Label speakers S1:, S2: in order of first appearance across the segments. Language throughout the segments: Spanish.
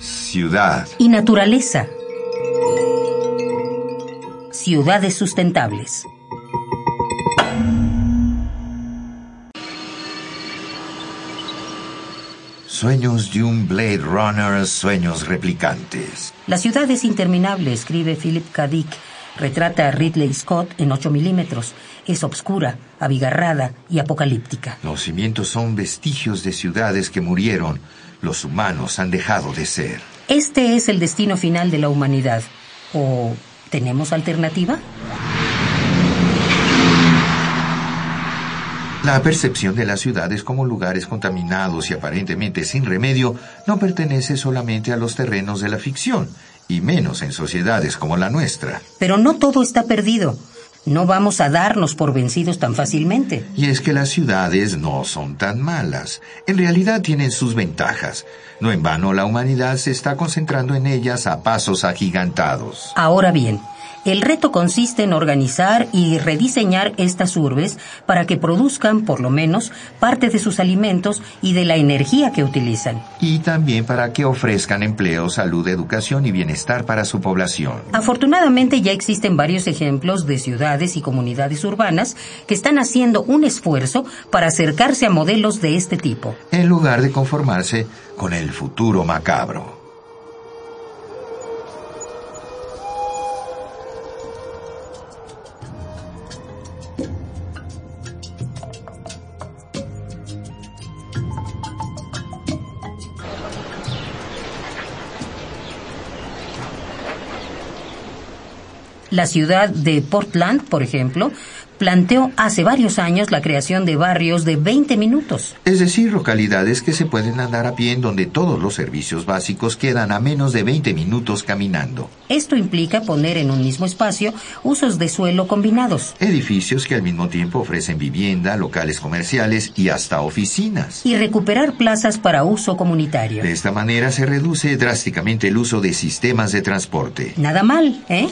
S1: Ciudad.
S2: y naturaleza. Ciudades sustentables.
S1: Sueños de un Blade Runner, sueños replicantes.
S2: La ciudad es interminable, escribe Philip K. Dick. Retrata a Ridley Scott en 8 milímetros. Es obscura, abigarrada y apocalíptica.
S1: Los cimientos son vestigios de ciudades que murieron. Los humanos han dejado de ser.
S2: Este es el destino final de la humanidad. ¿O tenemos alternativa?
S1: La percepción de las ciudades como lugares contaminados y aparentemente sin remedio no pertenece solamente a los terrenos de la ficción, y menos en sociedades como la nuestra.
S2: Pero no todo está perdido. No vamos a darnos por vencidos tan fácilmente.
S1: Y es que las ciudades no son tan malas. En realidad tienen sus ventajas. No en vano la humanidad se está concentrando en ellas a pasos agigantados.
S2: Ahora bien, el reto consiste en organizar y rediseñar estas urbes para que produzcan, por lo menos, parte de sus alimentos y de la energía que utilizan.
S1: Y también para que ofrezcan empleo, salud, educación y bienestar para su población.
S2: Afortunadamente ya existen varios ejemplos de ciudades y comunidades urbanas que están haciendo un esfuerzo para acercarse a modelos de este tipo.
S1: En lugar de conformarse con el futuro macabro.
S2: La ciudad de Portland, por ejemplo, planteó hace varios años la creación de barrios de 20 minutos.
S1: Es decir, localidades que se pueden andar a pie en donde todos los servicios básicos quedan a menos de 20 minutos caminando.
S2: Esto implica poner en un mismo espacio usos de suelo combinados.
S1: Edificios que al mismo tiempo ofrecen vivienda, locales comerciales y hasta oficinas.
S2: y recuperar plazas para uso comunitario.
S1: De esta manera se reduce drásticamente el uso de sistemas de transporte.
S2: Nada mal, ¿eh?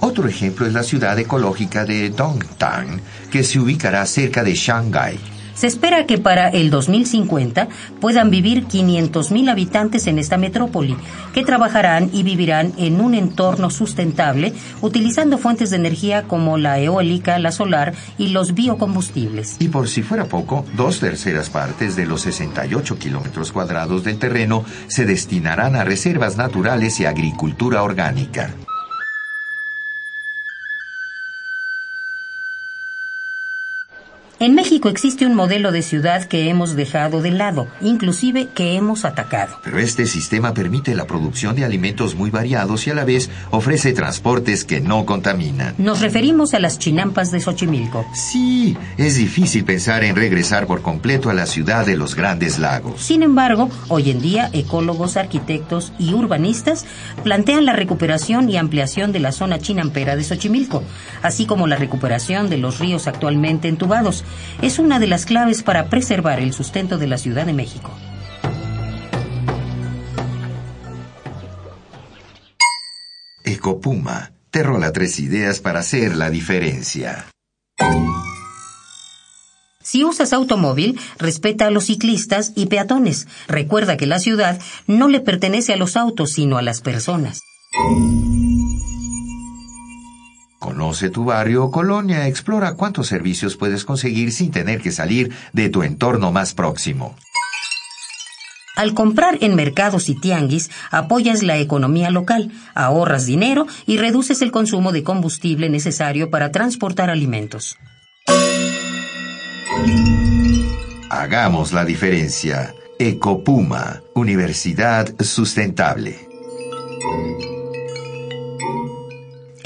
S1: Otro ejemplo es la ciudad ecológica de Dongtan, que se ubicará cerca de Shanghái.
S2: Se espera que para el 2050 puedan vivir 500.000 habitantes en esta metrópoli, que trabajarán y vivirán en un entorno sustentable utilizando fuentes de energía como la eólica, la solar y los biocombustibles.
S1: Y por si fuera poco, dos terceras partes de los 68 kilómetros cuadrados del terreno se destinarán a reservas naturales y agricultura orgánica.
S2: En México existe un modelo de ciudad que hemos dejado de lado, inclusive que hemos atacado.
S1: Pero este sistema permite la producción de alimentos muy variados y a la vez ofrece transportes que no contaminan.
S2: Nos referimos a las chinampas de Xochimilco.
S1: Sí, es difícil pensar en regresar por completo a la ciudad de los grandes lagos.
S2: Sin embargo, hoy en día ecólogos, arquitectos y urbanistas plantean la recuperación y ampliación de la zona chinampera de Xochimilco, así como la recuperación de los ríos actualmente entubados. Es una de las claves para preservar el sustento de la Ciudad de México.
S1: Ecopuma, te rola tres ideas para hacer la diferencia.
S2: Si usas automóvil, respeta a los ciclistas y peatones. Recuerda que la ciudad no le pertenece a los autos, sino a las personas.
S1: Conoce tu barrio o colonia, explora cuántos servicios puedes conseguir sin tener que salir de tu entorno más próximo.
S2: Al comprar en mercados y tianguis, apoyas la economía local, ahorras dinero y reduces el consumo de combustible necesario para transportar alimentos.
S1: Hagamos la diferencia. Ecopuma, Universidad Sustentable.